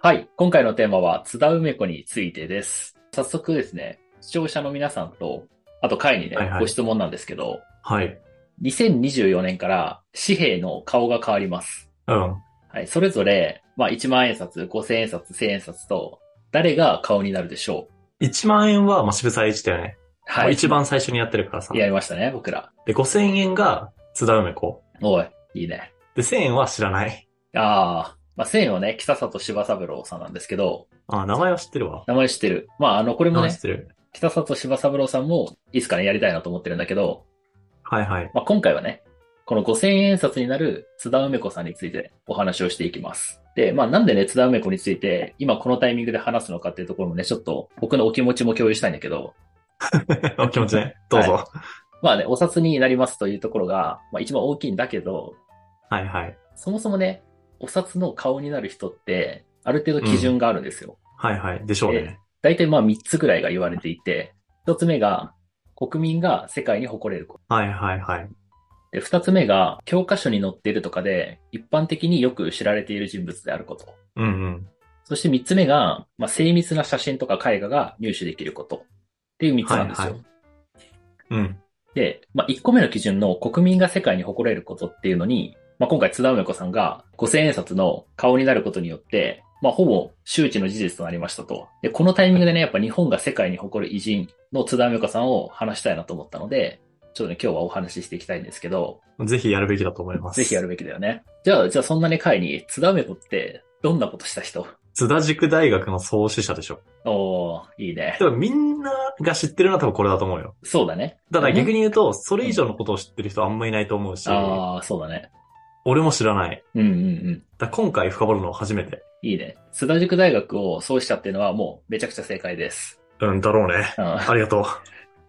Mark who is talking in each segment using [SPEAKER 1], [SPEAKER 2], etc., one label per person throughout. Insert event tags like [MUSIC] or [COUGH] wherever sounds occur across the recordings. [SPEAKER 1] はい。今回のテーマは津田梅子についてです。早速ですね、視聴者の皆さんと、あと会にね、
[SPEAKER 2] はいはい
[SPEAKER 1] ご質問なんですけど、
[SPEAKER 2] はい。
[SPEAKER 1] 2024年から紙幣の顔が変わります。
[SPEAKER 2] うん。
[SPEAKER 1] はい。それぞれ、まあ1万円札、5000円札、1000円札と、誰が顔になるでしょう
[SPEAKER 2] 1万円は、まあ、渋沢栄一だよね。
[SPEAKER 1] はい。
[SPEAKER 2] 一番最初にやってるからさ。
[SPEAKER 1] やりましたね、僕ら。
[SPEAKER 2] で、5000円が津田梅子。
[SPEAKER 1] おい、いいね。
[SPEAKER 2] で、1000円は知らない。
[SPEAKER 1] ああ、まあ1000円はね、北里柴三郎さんなんですけど、
[SPEAKER 2] あ、名前は知ってるわ。
[SPEAKER 1] 名前知ってる。まああの、これ
[SPEAKER 2] 名
[SPEAKER 1] も
[SPEAKER 2] 前
[SPEAKER 1] ね
[SPEAKER 2] 知っ、てる。
[SPEAKER 1] 北里柴三郎さんもいつかね、やりたいなと思ってるんだけど、
[SPEAKER 2] はいはい。 [LAUGHS]
[SPEAKER 1] まあ、今回はね、この5000円札になる津田梅子さんについてお話をしていきます。で、まあなんでね、津田梅子について今このタイミングで話すのかっていうところもね、ちょっと僕のお気持ちも共有したいんだけど、
[SPEAKER 2] お気持ちね。どうぞ。
[SPEAKER 1] まあね、お札になりますというところが、まあ一番大きいんだけど、
[SPEAKER 2] はいはい。
[SPEAKER 1] そもそもね、お札の顔になる人って、ある程度基準があるんですよ。
[SPEAKER 2] はいはい。でしょうね。
[SPEAKER 1] 大体まあ3つぐらいが言われていて、1つ目が国民が世界に誇れること。
[SPEAKER 2] はいはいはい。
[SPEAKER 1] で、2つ目が教科書に載っているとかで一般的によく知られている人物であること。
[SPEAKER 2] うんうん。
[SPEAKER 1] そして3つ目が、まあ、精密な写真とか絵画が入手できること。っていう3つなんですよ。
[SPEAKER 2] はいはうん。
[SPEAKER 1] で、まあ、1個目の基準の国民が世界に誇れることっていうのに、まあ、今回津田梅子さんが5000円札の顔になることによって、まあ、ほぼ周知の事実となりましたと。で、このタイミングでね、やっぱ日本が世界に誇る偉人の津田梅子さんを話したいなと思ったので、ちょっとね、今日はお話ししていきたいんですけど、
[SPEAKER 2] ぜひやるべきだと思います。
[SPEAKER 1] ぜひやるべきだよね。じゃあ、じゃあそんなね、会に津田梅子ってどんなことした人
[SPEAKER 2] 津田塾大学の創始者でしょ。
[SPEAKER 1] おー、いいね
[SPEAKER 2] で。もみんなが知ってるのは多分これだと思うよ。
[SPEAKER 1] そうだね。
[SPEAKER 2] ただ逆に言うと、それ以上のことを知ってる人あんまいないと思うし、
[SPEAKER 1] ああ、そうだね。
[SPEAKER 2] 俺も知らない。
[SPEAKER 1] うんうんうん。
[SPEAKER 2] だから今回深掘るの初めて。
[SPEAKER 1] いいね。須田塾大学を創始者っていうのはもうめちゃくちゃ正解です。
[SPEAKER 2] うん、だろうね。
[SPEAKER 1] うん、
[SPEAKER 2] ありがと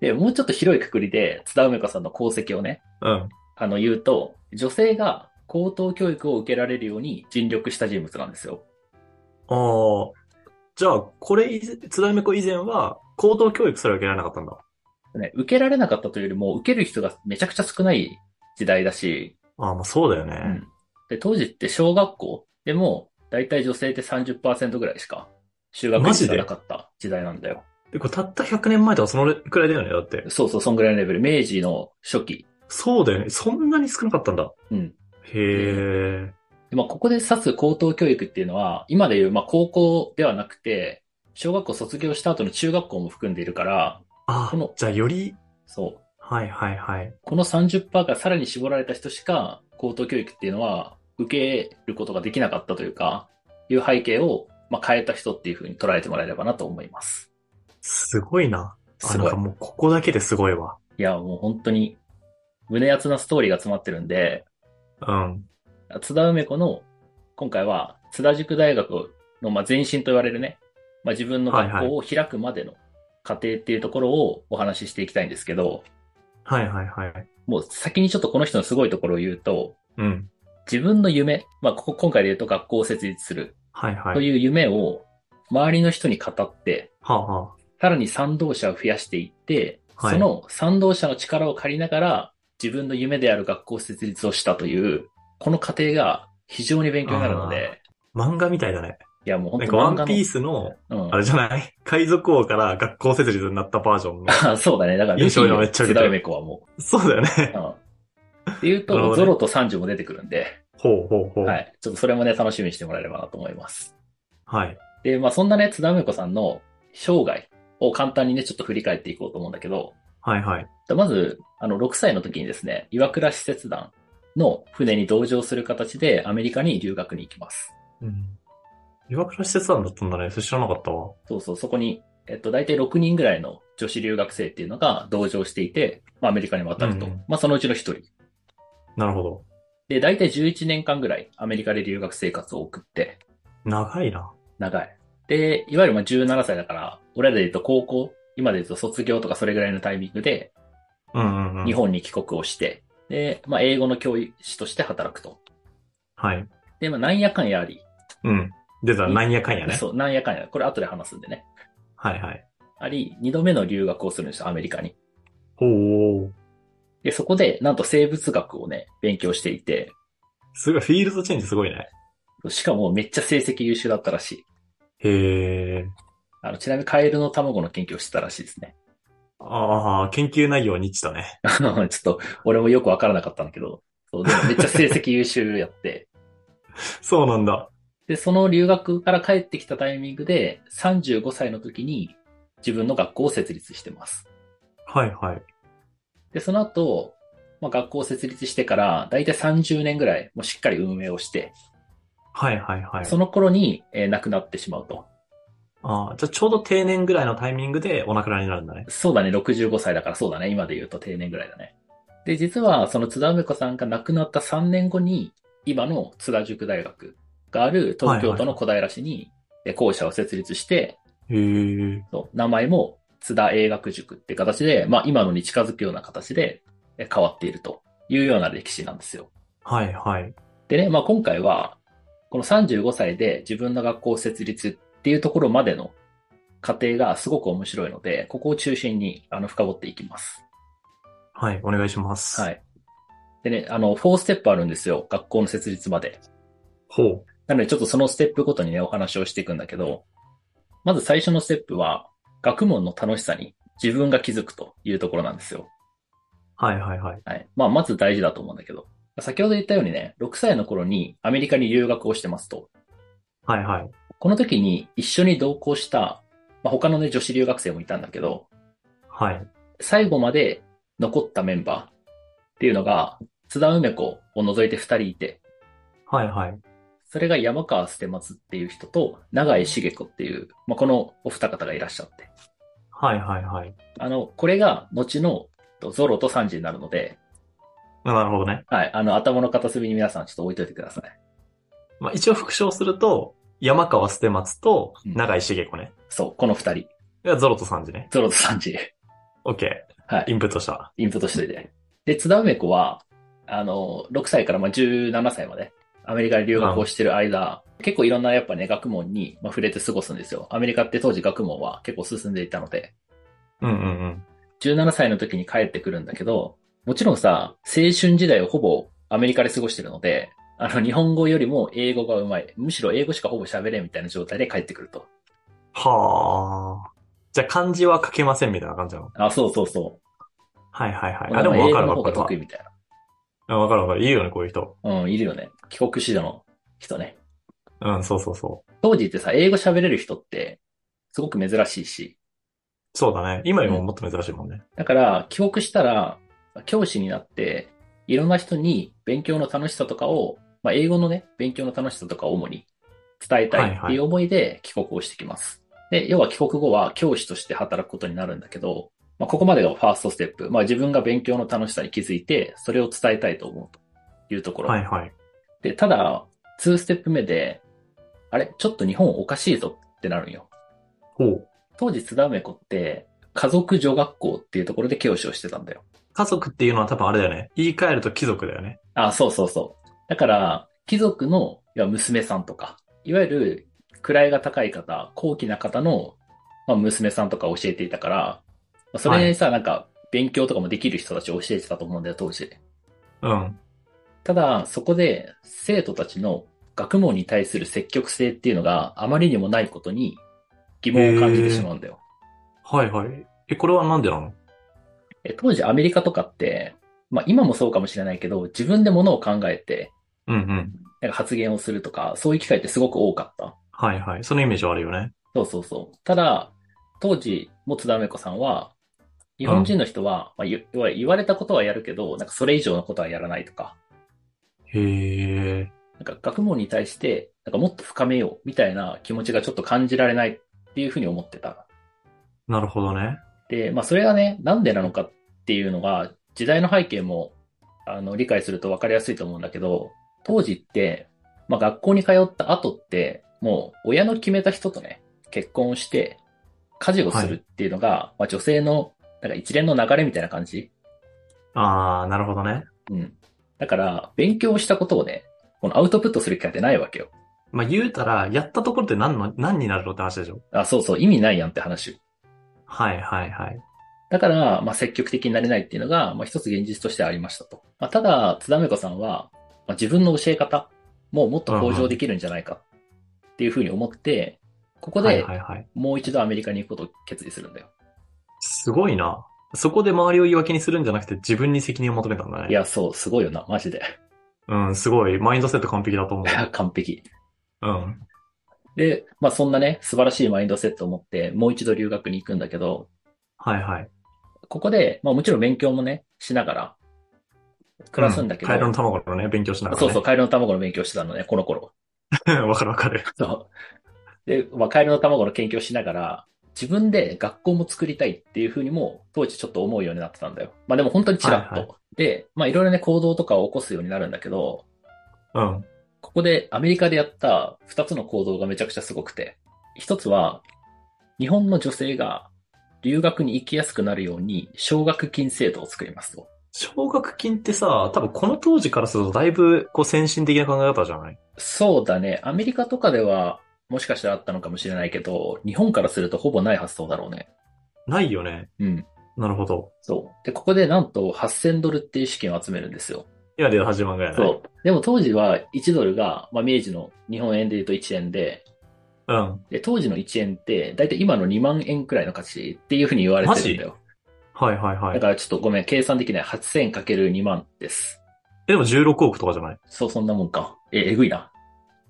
[SPEAKER 1] で、もうちょっと広いくくりで、津田梅子さんの功績をね、
[SPEAKER 2] う。うん。
[SPEAKER 1] あの言うと、女性が高等教育を受けられるように尽力した人物なんですよ。
[SPEAKER 2] ああ。じゃあ、これ以前、津田梅子以前は、高等教育すら受けられなかったんだ。
[SPEAKER 1] ね、受けられなかったというよりも、受ける人がめちゃくちゃ少ない時代だし、
[SPEAKER 2] ああ、まあそうだよね。
[SPEAKER 1] で、当時って小学校でも、だいたい女性って30%ぐらいしか修学
[SPEAKER 2] マ
[SPEAKER 1] 率
[SPEAKER 2] ジで
[SPEAKER 1] がなかった時代なんだよ。
[SPEAKER 2] で、これたった100年前とかそのくらいだよね、だって。
[SPEAKER 1] そうそう、そんぐらいのレベル。明治の初期。
[SPEAKER 2] そうだよね。そんなに少なかったんだ。
[SPEAKER 1] うん。
[SPEAKER 2] へえ。
[SPEAKER 1] でまあ、ここで指す高等教育っていうのは、今でいう、まあ、高校ではなくて、小学校卒業した後の中学校も含んでいるから、
[SPEAKER 2] あ
[SPEAKER 1] この
[SPEAKER 2] あ、じゃあより、
[SPEAKER 1] そう。
[SPEAKER 2] はいはいはい。
[SPEAKER 1] この30%がさらに絞られた人しか、高等教育っていうのは、受けることができなかったというか、いう背景を、まあ、変えた人っていうふうに捉えてもらえればなと思います。
[SPEAKER 2] すごいな。あ、
[SPEAKER 1] す
[SPEAKER 2] なん
[SPEAKER 1] ごい
[SPEAKER 2] か。もうここだけですごいわ。
[SPEAKER 1] いや、もう本当に、胸厚なストーリーが詰まってるんで、
[SPEAKER 2] うん。
[SPEAKER 1] 津田梅子の、今回は津田塾大学のまあ前身と言われるね、まあ、自分の学校を開くまでの過程っていうところをお話ししていきたいんですけど、
[SPEAKER 2] はいはいはい。
[SPEAKER 1] もう先にちょっとこの人のすごいところを言うと、
[SPEAKER 2] うん。
[SPEAKER 1] 自分の夢、まあ、ここ今回で言うと学校を設立する
[SPEAKER 2] はいはい。
[SPEAKER 1] という夢を周りの人に語って、
[SPEAKER 2] はあ、は
[SPEAKER 1] さらに賛同者を増やしていって、
[SPEAKER 2] はい
[SPEAKER 1] その賛同者の力を借りながら自分の夢である学校設立をしたという、この過程が非常に勉強になるので、
[SPEAKER 2] あ、漫画みたいだね。
[SPEAKER 1] いや、もう本
[SPEAKER 2] なん
[SPEAKER 1] 当
[SPEAKER 2] かワン
[SPEAKER 1] の
[SPEAKER 2] ピースの、
[SPEAKER 1] うん
[SPEAKER 2] あれじゃない海賊王から学校設立になったバージョンの。
[SPEAKER 1] あそうだね。だから、ル
[SPEAKER 2] 印
[SPEAKER 1] フ
[SPEAKER 2] 象
[SPEAKER 1] ィ
[SPEAKER 2] がめ
[SPEAKER 1] の
[SPEAKER 2] っちゃ
[SPEAKER 1] 津
[SPEAKER 2] 受け
[SPEAKER 1] 田
[SPEAKER 2] た
[SPEAKER 1] 梅子はも
[SPEAKER 2] そうだ
[SPEAKER 1] う。
[SPEAKER 2] よね。
[SPEAKER 1] うん。っていう
[SPEAKER 2] [LAUGHS] なる
[SPEAKER 1] と、
[SPEAKER 2] ほどね
[SPEAKER 1] ゾロとサンジも出てくるんで、
[SPEAKER 2] [LAUGHS] ほうほうほう。
[SPEAKER 1] は
[SPEAKER 2] はい。
[SPEAKER 1] い。ちょっとそれもね、楽しみにしてもらえればなと思います。で、まあそんなね、津田梅子さんの生涯を簡単にね、ちょっと振り返っていこうと思うんだけど、
[SPEAKER 2] はいはい。
[SPEAKER 1] まず、あの、6歳の時にですね、岩倉使節団の船に同乗する形でアメリカに留学に行きます。
[SPEAKER 2] うん。岩倉施設団だったんだね。それ知らなかったわ。
[SPEAKER 1] そうそう、そこに、えっと、大体6人ぐらいの女子留学生っていうのが同乗していて、まあアメリカに渡ると。
[SPEAKER 2] うんうん
[SPEAKER 1] まあそのうちの一人。
[SPEAKER 2] なるほど。
[SPEAKER 1] で、大体11年間ぐらいアメリカで留学生活を送って、
[SPEAKER 2] 長いな。
[SPEAKER 1] 長い。で、いわゆるまあ17歳だから、俺らで言うと高校、今で言うと卒業とかそれぐらいのタイミングで、
[SPEAKER 2] うんうんうん。
[SPEAKER 1] 日。本に帰国をして、で、まあ、英語の教師として働くと。
[SPEAKER 2] はい。
[SPEAKER 1] で、まあ、なんやかんやあり、
[SPEAKER 2] うん。出た、なんやかんやね。
[SPEAKER 1] そう、なんやかんや、これ後で話すんでね。
[SPEAKER 2] はいはい。
[SPEAKER 1] あり、二度目の留学をするんですよ、アメリカに。
[SPEAKER 2] ほう。
[SPEAKER 1] で、そこで、なんと生物学をね、勉強していて、
[SPEAKER 2] すごい、フィールドチェンジすごいね。
[SPEAKER 1] しかもめっちゃ成績優秀だったらしい。
[SPEAKER 2] へえ。
[SPEAKER 1] あの、ちなみにカエルの卵の研究をしてたらしいですね。
[SPEAKER 2] ああ、研究内容はニッチだね。 [LAUGHS]
[SPEAKER 1] あ [LAUGHS] のちょっと、俺もよくわからなかったんだけど、そう、でもめっちゃ成績優秀やって、 [LAUGHS]
[SPEAKER 2] そうなんだ。
[SPEAKER 1] で、その留学から帰ってきたタイミングで、35歳の時に自分の学校を設立してます。
[SPEAKER 2] はいはい。
[SPEAKER 1] で、その後、まあ、学校を設立してから、だいたい30年ぐらい、もうしっかり運営をして、
[SPEAKER 2] はいはいはい。
[SPEAKER 1] その頃に、えー亡くなってしまうと。
[SPEAKER 2] ああ、じゃあちょうど定年ぐらいのタイミングでお亡くなりになるんだね。
[SPEAKER 1] そうだね、65歳だからそうだね、今で言うと定年ぐらいだね。で、実は、その津田梅子さんが亡くなった3年後に、今の津田塾大学がある東京都の小平市に、えー校舎を設立して、
[SPEAKER 2] へえ。
[SPEAKER 1] そう名前も津田英学塾って形で、まあ今のに近づくような形でえー変わっているというような歴史なんですよ。
[SPEAKER 2] はいはい。
[SPEAKER 1] でね、まあ、今回は、この35歳で自分の学校を設立っていうところまでの過程がすごく面白いので、ここを中心にあの深掘っていきます。
[SPEAKER 2] はい、お願いします。。
[SPEAKER 1] はいい。でね、あの、4ステップあるんですよ。学校の設立まで。
[SPEAKER 2] ほう。
[SPEAKER 1] なので、ちょっとそのステップごとにね、お話をしていくんだけど、まず最初のステップは、学問の楽しさに自分が気づくというところなんですよ。
[SPEAKER 2] はいはいはい。
[SPEAKER 1] はい。まあ、まず大事だと思うんだけど。先ほど言ったようにね、6歳の頃にアメリカに留学をしてますと。
[SPEAKER 2] はいはい。
[SPEAKER 1] この時に一緒に同行した、まあ、他のね、女子留学生もいたんだけど、
[SPEAKER 2] はい。
[SPEAKER 1] 最後まで残ったメンバーっていうのが、津田梅子を除いて二人いて、
[SPEAKER 2] はいはい。
[SPEAKER 1] それが山川捨松っていう人と、長井茂子っていう、まあ、このお二方がいらっしゃって。
[SPEAKER 2] はいはいはい。
[SPEAKER 1] あの、これが後のゾロとサンジになるので、
[SPEAKER 2] あなるほどね。
[SPEAKER 1] はい、あの、頭の片隅に皆さんちょっと置いといてください。
[SPEAKER 2] まあ、一応復唱すると、山川捨松と
[SPEAKER 1] うん
[SPEAKER 2] 長井茂子ね。
[SPEAKER 1] そう、この二人。
[SPEAKER 2] いや、ゾロとサンジね。
[SPEAKER 1] ゾロとサンジ。 [LAUGHS]
[SPEAKER 2] オッケ
[SPEAKER 1] はい
[SPEAKER 2] ー。イ。ンプットした。
[SPEAKER 1] インプットしといて。で、津田梅子は、あの、6歳からまあ17歳まで、アメリカに留学をしてる間、結構いろんなやっぱね、学問にまあ触れて過ごすんですよ。アメリカって当時学問は結構進んでいたので、
[SPEAKER 2] うんうんうん。
[SPEAKER 1] 17歳の時に帰ってくるんだけど、もちろんさ、青春時代をほぼアメリカで過ごしてるので、あの、日本語よりも英語がうまい。むしろ英語しかほぼ喋れんみたいな状態で帰ってくると。
[SPEAKER 2] はあ。じゃあ漢字は書けませんみたいな感じなの。
[SPEAKER 1] あ、そうそうそ
[SPEAKER 2] はいはいは
[SPEAKER 1] う。
[SPEAKER 2] い。あ、でも
[SPEAKER 1] 英
[SPEAKER 2] わ
[SPEAKER 1] 語
[SPEAKER 2] かる
[SPEAKER 1] の
[SPEAKER 2] わ
[SPEAKER 1] 方
[SPEAKER 2] か
[SPEAKER 1] が
[SPEAKER 2] るわ
[SPEAKER 1] 得意。みたい
[SPEAKER 2] うんわかるわかる。いいよね、こういう人。
[SPEAKER 1] な。うん、いるよね。帰国子女の人ね。
[SPEAKER 2] うん、そうそうそう。
[SPEAKER 1] 当時ってさ、英語喋れる人って、すごく珍しいし、
[SPEAKER 2] そうだね。今よりももっと珍しいもんね。
[SPEAKER 1] だから、帰国したら、教師になって、いろんな人に勉強の楽しさとかを、まあ、英語のね、勉強の楽しさとかを主に伝えたいっていう思いで帰国をしてきます。で、要は帰国後は教師として働くことになるんだけど、まあ、ここまでがファーストステップ。まあ、自分が勉強の楽しさに気づいて、それを伝えたいと思うというところ。
[SPEAKER 2] はいはい。
[SPEAKER 1] で、ただ、2ステップ目で、あれ、ちょっと日本おかしいぞってなるんよ。
[SPEAKER 2] ほう。
[SPEAKER 1] 当時津田梅子って家族女学校っていうところで教師をしてたんだよ。
[SPEAKER 2] 家族っていうのは多分あれだよね。言い換えると貴族だよね。
[SPEAKER 1] あ、そうそうそう。だから、貴族のいや娘さんとか、いわゆる位が高い方、高貴な方の、まあ、娘さんとかを教えていたから、まあそれにさ、なんか勉強とかもできる人たちを教えてたと思うんだよ、当時。
[SPEAKER 2] うん。
[SPEAKER 1] ただ、そこで生徒たちの学問に対する積極性っていうのがあまりにもないことに疑問を感じてしまうんだよ。
[SPEAKER 2] はいはい。え、これはなんでなの
[SPEAKER 1] え当時アメリカとかって、まあ今もそうかもしれないけど、自分で物を考えて、
[SPEAKER 2] うんうん。
[SPEAKER 1] なんか発言をするとか、そういう機会ってすごく多かった。
[SPEAKER 2] はいはい。そのイメージはあるよね。
[SPEAKER 1] そうそうそう。ただ、当時、も津田梅子さんは、日本人の人は、まあ言わ、言われたことはやるけど、なんかそれ以上のことはやらないとか、
[SPEAKER 2] へえ。
[SPEAKER 1] なんか学問に対して、なんかもっと深めようみたいな気持ちがちょっと感じられないっていうふうに思ってた。
[SPEAKER 2] なるほどね。
[SPEAKER 1] で、まあそれがね、なんでなのかっていうのが、時代の背景も、あの、理解すると分かりやすいと思うんだけど、当時って、まあ学校に通った後って、もう親の決めた人とね、結婚をして、家事をするっていうのが、まあ女性の、なんか一連の流れみたいな感じ。
[SPEAKER 2] あー、なるほどね。
[SPEAKER 1] うん。だから、勉強したことをね、このアウトプットする機会ってないわけよ。
[SPEAKER 2] まあ、言うたら、やったところって何の、何になるのって話でしょ
[SPEAKER 1] あ、そうそう、意味ないやんって話。
[SPEAKER 2] はいはいはい。
[SPEAKER 1] だから、まあ、積極的になれないっていうのが、まあ、一つ現実としてありましたと。まあ、ただ、津田梅子さんは、まあ、自分の教え方ももっと向上できるんじゃないかっていうふうに思って、ここ
[SPEAKER 2] はい
[SPEAKER 1] で
[SPEAKER 2] はいはい。
[SPEAKER 1] もう一度アメリカに行くことを決意するんだよ。
[SPEAKER 2] すごいな。そこで周りを言い訳にするんじゃなくて自分に責任を求めたんだね。
[SPEAKER 1] い。や、そう、すごいよな、マジで。
[SPEAKER 2] うん、すごい。マインドセット完璧だと思う
[SPEAKER 1] い。や [LAUGHS] 完璧。
[SPEAKER 2] うん。
[SPEAKER 1] で、まあそんなね、素晴らしいマインドセットを持って、もう一度留学に行くんだけど、
[SPEAKER 2] はいはい。
[SPEAKER 1] ここで、まあもちろん勉強もね、しながら、暮らすんだけど、
[SPEAKER 2] カエルの卵のね、勉強しながら、
[SPEAKER 1] そう
[SPEAKER 2] ね。
[SPEAKER 1] そう、カエルの卵の勉強してたのね、この頃。
[SPEAKER 2] [LAUGHS] う。わかるわかる。
[SPEAKER 1] そう。で、まあ、カエルの卵の研究をしながら、自分で学校も作りたいっていうふうにも、当時ちょっと思うようになってたんだよ。まあでも本当にチラッと。
[SPEAKER 2] はい
[SPEAKER 1] で、まあいろいろね、行動とかを起こすようになるんだけど、
[SPEAKER 2] うん。
[SPEAKER 1] ここでアメリカでやった二つの行動がめちゃくちゃすごくて。一つは、日本の女性が留学に行きやすくなるように奨学金制度を作りますと。
[SPEAKER 2] 奨学金ってさ、多分この当時からするとだいぶこう先進的な考え方じゃない
[SPEAKER 1] そうだね。アメリカとかではもしかしたらあったのかもしれないけど、日本からするとほぼない発想だろうね。
[SPEAKER 2] ないよね。
[SPEAKER 1] うん。
[SPEAKER 2] なるほど。
[SPEAKER 1] そう。で、ここでなんと8000ドルっていう資金を集めるんですよ。
[SPEAKER 2] 今では8万ぐらいだね。
[SPEAKER 1] そう。でも当時は1ドルが、まあ、明治の日本円で言うと1円で、
[SPEAKER 2] うん。
[SPEAKER 1] で、当時の1円って、だいたい今の2万円くらいの価値っていうふうに言われてるんだよ。
[SPEAKER 2] はいはいは
[SPEAKER 1] だ
[SPEAKER 2] い。
[SPEAKER 1] からちょっとごめん、計算できない。8000×2 万です。
[SPEAKER 2] え、でも16億とかじゃない
[SPEAKER 1] そう、そんなもんか。え、えぐいな。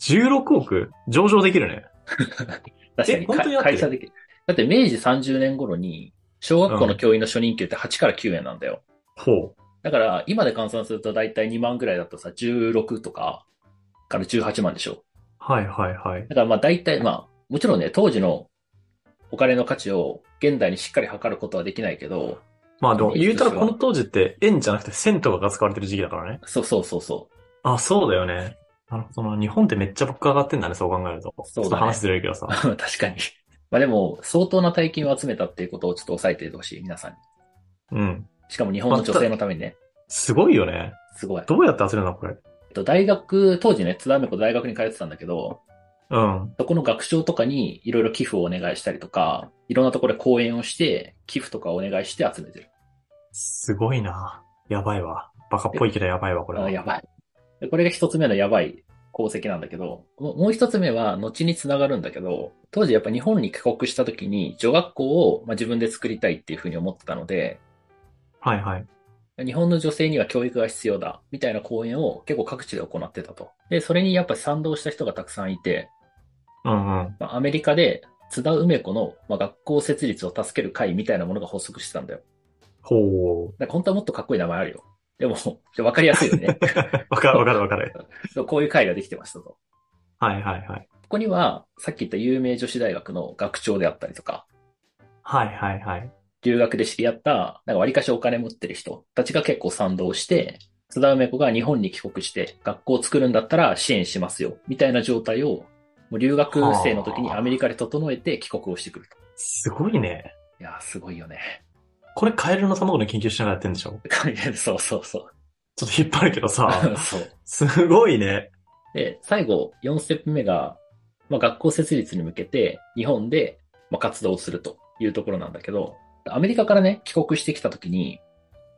[SPEAKER 2] ?16 億上場できるね。
[SPEAKER 1] 確かに
[SPEAKER 2] え本当に合
[SPEAKER 1] か
[SPEAKER 2] って
[SPEAKER 1] 会
[SPEAKER 2] る
[SPEAKER 1] 社できる。だって明治30年頃に、小学校の教員の初任給って8から9円なんだよ。
[SPEAKER 2] ほう。
[SPEAKER 1] だから、今で換算するとだいたい2万くらいだとさ、16とかから18万でしょ。
[SPEAKER 2] はいはいはい。
[SPEAKER 1] だからまあ大体まあ、もちろんね、当時のお金の価値を現代にしっかり測ることはできないけど、
[SPEAKER 2] まあでも言うたらこの当時って円じゃなくて銭とかが使われてる時期だからね。
[SPEAKER 1] そうそうそうそ
[SPEAKER 2] あ、そうだよね。なるほどな。日本ってめっちゃ物価上がってんだね、そう考えると。
[SPEAKER 1] そうだね
[SPEAKER 2] ちょっと話ずれるけどさ
[SPEAKER 1] う。。 [LAUGHS] 確かに。まあでも、相当な大金を集めたっていうことをちょっと押さえておいてほしい、皆さんに。
[SPEAKER 2] うん。
[SPEAKER 1] しかも日本の女性のためにね。
[SPEAKER 2] すごいよね。
[SPEAKER 1] すごい。
[SPEAKER 2] どうやって集めるのこれ。
[SPEAKER 1] えっと大学、当時ね、津田梅子大学に通ってたんだけど、
[SPEAKER 2] うん。
[SPEAKER 1] そこの学長とかにいろいろ寄付をお願いしたりとか、いろんなところで講演をして、寄付とかをお願いして集めてる。
[SPEAKER 2] すごいな。やばいわ。バカっぽいけどやばいわ、これ
[SPEAKER 1] あ
[SPEAKER 2] は。
[SPEAKER 1] やばい。でこれが一つ目のやばい功績なんだけど、もうもう一つ目は後につながるんだけど、当時やっぱ日本に帰国した時に女学校をまあ自分で作りたいっていうふうに思ってたので、
[SPEAKER 2] はいはい。
[SPEAKER 1] 日本の女性には教育が必要だ、みたいな講演を結構各地で行ってたと。で、それにやっぱ賛同した人がたくさんいて、
[SPEAKER 2] うんうん。
[SPEAKER 1] まあアメリカで津田梅子のまあ学校設立を助ける会みたいなものが発足してたんだよ。
[SPEAKER 2] ほう。
[SPEAKER 1] だから本当はもっとかっこいい名前あるよ。でも、 [LAUGHS] わかりやすいよ
[SPEAKER 2] [LAUGHS]
[SPEAKER 1] ね。
[SPEAKER 2] わかるわかるわかる。
[SPEAKER 1] そうこういう会ができてましたと。
[SPEAKER 2] はいはいはい。
[SPEAKER 1] ここには、さっき言った有名女子大学の学長であったりとか、
[SPEAKER 2] はいはいはい。
[SPEAKER 1] 留学で知り合った、なんか割かしお金持ってる人たちが結構賛同して、津田梅子が日本に帰国して学校を作るんだったら支援しますよ、みたいな状態を、もう留学生の時にアメリカで整えて帰国をしてくると。
[SPEAKER 2] すごいね。
[SPEAKER 1] いやー、すごいよね。 [LAUGHS]
[SPEAKER 2] これカエルの卵の研究しながらやってんでしょ
[SPEAKER 1] そうそうそう。
[SPEAKER 2] ちょっと引っ張るけ
[SPEAKER 1] [LAUGHS]
[SPEAKER 2] どさ。
[SPEAKER 1] そう。
[SPEAKER 2] すごいね。
[SPEAKER 1] で、最後、4ステップ目が、まあ、学校設立に向けて、日本で、まあ、活動するというところなんだけど、アメリカからね、帰国してきたときに、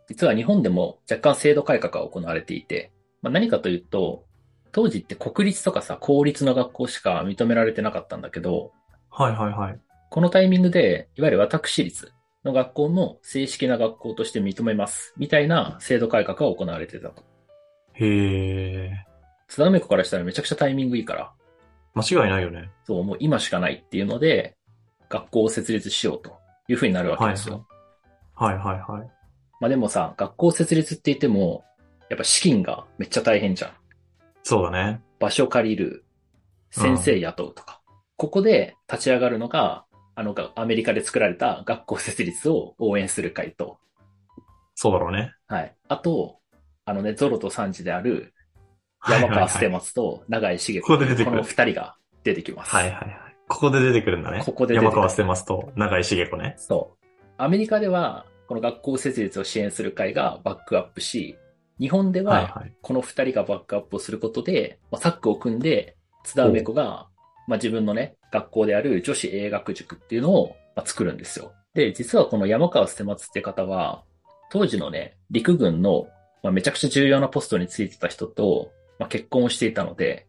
[SPEAKER 1] 実は日本でも若干制度改革が行われていて、まあ、何かというと、当時って国立とかさ、公立の学校しか認められてなかったんだけど、
[SPEAKER 2] はいはいはい。
[SPEAKER 1] このタイミングで、いわゆる私立の学校も正式な学校として認めます、みたいな制度改革が行われてたと。
[SPEAKER 2] へえ。
[SPEAKER 1] 津田梅子からしたらめちゃくちゃタイミングいいから、
[SPEAKER 2] 間違いないよね。
[SPEAKER 1] そう、もう今しかないっていうので、学校を設立しようというふうになるわけですよ。
[SPEAKER 2] ははいはいはい。
[SPEAKER 1] まあでもさ、学校設立って言っても、やっぱ資金がめっちゃ大変じゃん。
[SPEAKER 2] そうだね。
[SPEAKER 1] 場所借りる、先生雇うとか。ここで立ち上がるのが、あの、がアメリカで作られた学校設立を応援する会と、
[SPEAKER 2] そうだろうね。
[SPEAKER 1] はい。あと、あのね、ゾロとサンジである
[SPEAKER 2] はい
[SPEAKER 1] 山
[SPEAKER 2] はいは
[SPEAKER 1] 川捨
[SPEAKER 2] い
[SPEAKER 1] 松と長井茂子、
[SPEAKER 2] ここで出てく
[SPEAKER 1] こ
[SPEAKER 2] る
[SPEAKER 1] の二人が出てきます。
[SPEAKER 2] はいはいはい。ここで出てくるんだね。
[SPEAKER 1] ここで出てくる
[SPEAKER 2] 山川捨松と長井茂子ね。
[SPEAKER 1] そう。アメリカでは、この学校設立を支援する会がバックアップし、日本で
[SPEAKER 2] はい
[SPEAKER 1] は、
[SPEAKER 2] はい。
[SPEAKER 1] この二人がバックアップをすることで、まあタッグを組んで、津田梅子が、まあ、自分のね、学校である女子英学塾っていうのを、まあ作るんですよ。で、実はこの山川捨松って方は、当時のね、陸軍の、まあ、めちゃくちゃ重要なポストについてた人と、まあ、結婚をしていたので、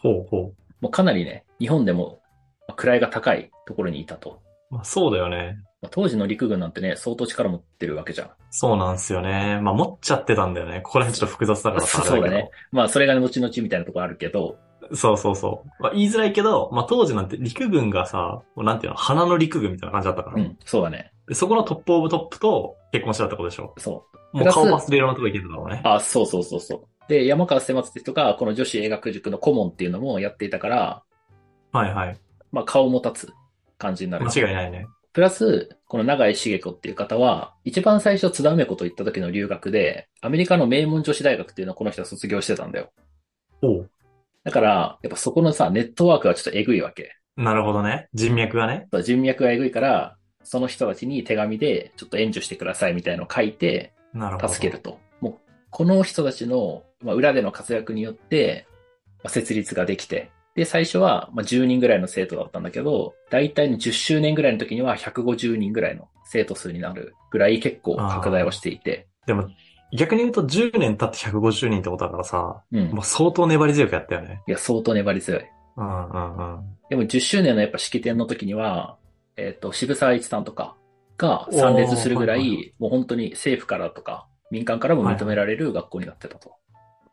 [SPEAKER 2] ほうほう。
[SPEAKER 1] もうかなりね、日本でもまあ位が高いところにいたと。
[SPEAKER 2] まあ、そうだよね。
[SPEAKER 1] まあ当時の陸軍なんてね、相当力持ってるわけじゃん。
[SPEAKER 2] そうなんですよね。まあ、持っちゃってたんだよね。ここら辺ちょっと複雑だから
[SPEAKER 1] [LAUGHS]
[SPEAKER 2] さ、
[SPEAKER 1] そう
[SPEAKER 2] あ
[SPEAKER 1] だ
[SPEAKER 2] れ
[SPEAKER 1] ね。まあ、それが後々みたいなところあるけど、
[SPEAKER 2] けど。そうそうそう。まあ、言いづらいけど、まあ、当時なんて陸軍がさ、もうなんていうの、花の陸軍みたいな感じだったから。
[SPEAKER 1] うん、そうだね。
[SPEAKER 2] でそこのトップオブトップと結婚したってことでしょ。
[SPEAKER 1] そう。
[SPEAKER 2] もう顔パスでいろんなとこ行けてたのね。
[SPEAKER 1] あ、そうそうそうそう。で、山川瀬松って人が、この女子英学塾の顧問っていうのもやっていたから、
[SPEAKER 2] はいはい。
[SPEAKER 1] まあ、顔も立つ感じになる。
[SPEAKER 2] 間違いないね。
[SPEAKER 1] プラス、この長井茂子っていう方は、一番最初津田梅子と行った時の留学で、アメリカの名門女子大学っていうのをこの人は卒業してたんだよ。
[SPEAKER 2] おう。
[SPEAKER 1] だから、やっぱそこのさ、ネットワークはちょっとえぐいわけ。
[SPEAKER 2] なるほどね。人脈がね。
[SPEAKER 1] 人脈がえぐいから、その人たちに手紙で、ちょっと援助してくださいみたいのを書いて、
[SPEAKER 2] なるほど。
[SPEAKER 1] 助ける。と。もう、この人たちの、まあ、裏での活躍によって、まあ、設立ができて、で、最初は、まあ、10人ぐらいの生徒だったんだけど、大体の10周年ぐらいの時には150人ぐらいの生徒数になるぐらい結構拡大をしていて、
[SPEAKER 2] でも、逆に言うと10年経って150人ってことだからさ、
[SPEAKER 1] うん。
[SPEAKER 2] もう相当粘り強くやったよね。
[SPEAKER 1] いや、相当粘り強い。
[SPEAKER 2] うんうんうん。
[SPEAKER 1] でも10周年のやっぱ式典の時には、えっ、と、渋沢栄一さんとかが参列するぐら
[SPEAKER 2] おーはい
[SPEAKER 1] い、もう本当に政府からとか、民間からも認められる学校になってたと。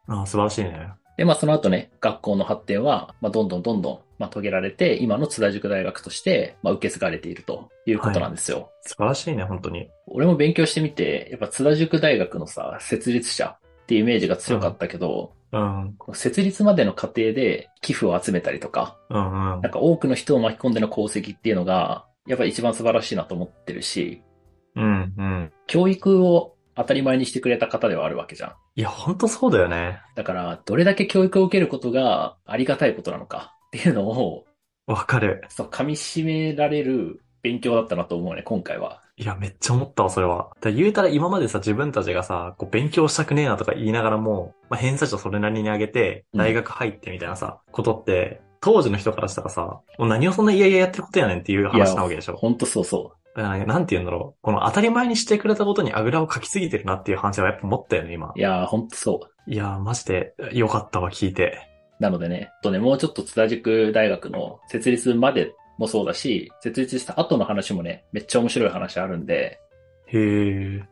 [SPEAKER 2] ああ、素晴らしいね。
[SPEAKER 1] で、まあその後ね、学校の発展は、まあどんどんどんどん、まあ遂げられて、今の津田塾大学として、まあ受け継がれているということなんですよ。
[SPEAKER 2] 素晴らしいね、本当に。
[SPEAKER 1] 俺も勉強してみて、やっぱ津田塾大学のさ、設立者っていうイメージが強かったけど、
[SPEAKER 2] うん。
[SPEAKER 1] この設立までの過程で寄付を集めたりとか、
[SPEAKER 2] うんうん
[SPEAKER 1] なん。か多くの人を巻き込んでの功績っていうのが、やっぱ一番素晴らしいなと思ってるし、
[SPEAKER 2] うんうん。
[SPEAKER 1] 教育を当たり前にしてくれた方ではあるわけじゃん。
[SPEAKER 2] いや、本当そうだよね。
[SPEAKER 1] だから、どれだけ教育を受けることがありがたいことなのかっていうのを、
[SPEAKER 2] わかる。
[SPEAKER 1] そう、噛み締められる勉強だったなと思うね、今回は。
[SPEAKER 2] いや、めっちゃ思ったわ、それは。だから言うたら今までさ、自分たちがさ、こう勉強したくねえなとか言いながらも、まあ、偏差値をそれなりに上げて、
[SPEAKER 1] うん
[SPEAKER 2] 大学入ってみたいなさ、ことって、当時の人からしたらさ、もう何をそんないやいややってることやねんっていう話なわけでしょ。
[SPEAKER 1] ほんとそうそ
[SPEAKER 2] だからなんて言うんだろう。この当たり前にしてくれたことにあぐらをかきすぎてるなっていう話はやっぱ持ったよね、今
[SPEAKER 1] う。。いやー、ほんとそう。
[SPEAKER 2] いやー、マジで、よかったわ、聞いて。
[SPEAKER 1] なのでね、とね、もうちょっと津田塾大学の設立までもそうだし、設立した後の話もね、めっちゃ面白い話あるんで、
[SPEAKER 2] へえ。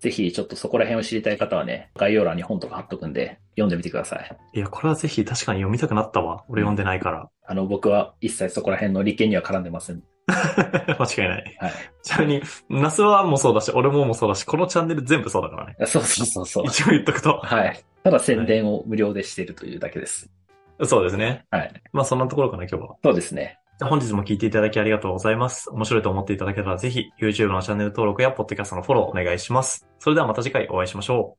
[SPEAKER 1] ぜひちょっとそこら辺を知りたい方はね、概要欄に本とか貼っとくんで、読んでみてください。
[SPEAKER 2] いや、これはぜひ確かに読みたくなったわ。俺読んでないから。
[SPEAKER 1] あの、僕は一切そこら辺の利権には絡んでません。
[SPEAKER 2] [LAUGHS] 間違いない。
[SPEAKER 1] はい。
[SPEAKER 2] ちなみに、ナスワもそうだし、俺ももそうだし、このチャンネル全部そうだからね。
[SPEAKER 1] あそうそうそうそう。
[SPEAKER 2] 一応言っとくと。
[SPEAKER 1] [LAUGHS] はい。ただ宣伝を無料でしているというだけです。
[SPEAKER 2] そうですね。
[SPEAKER 1] はい。
[SPEAKER 2] まあそんなところかな、今日は。
[SPEAKER 1] そうですね。
[SPEAKER 2] じゃあ本日も聞いていただきありがとうございます。面白いと思っていただけたらぜひ YouTube のチャンネル登録や Podcast のフォローお願いします。それではまた次回お会いしましょう。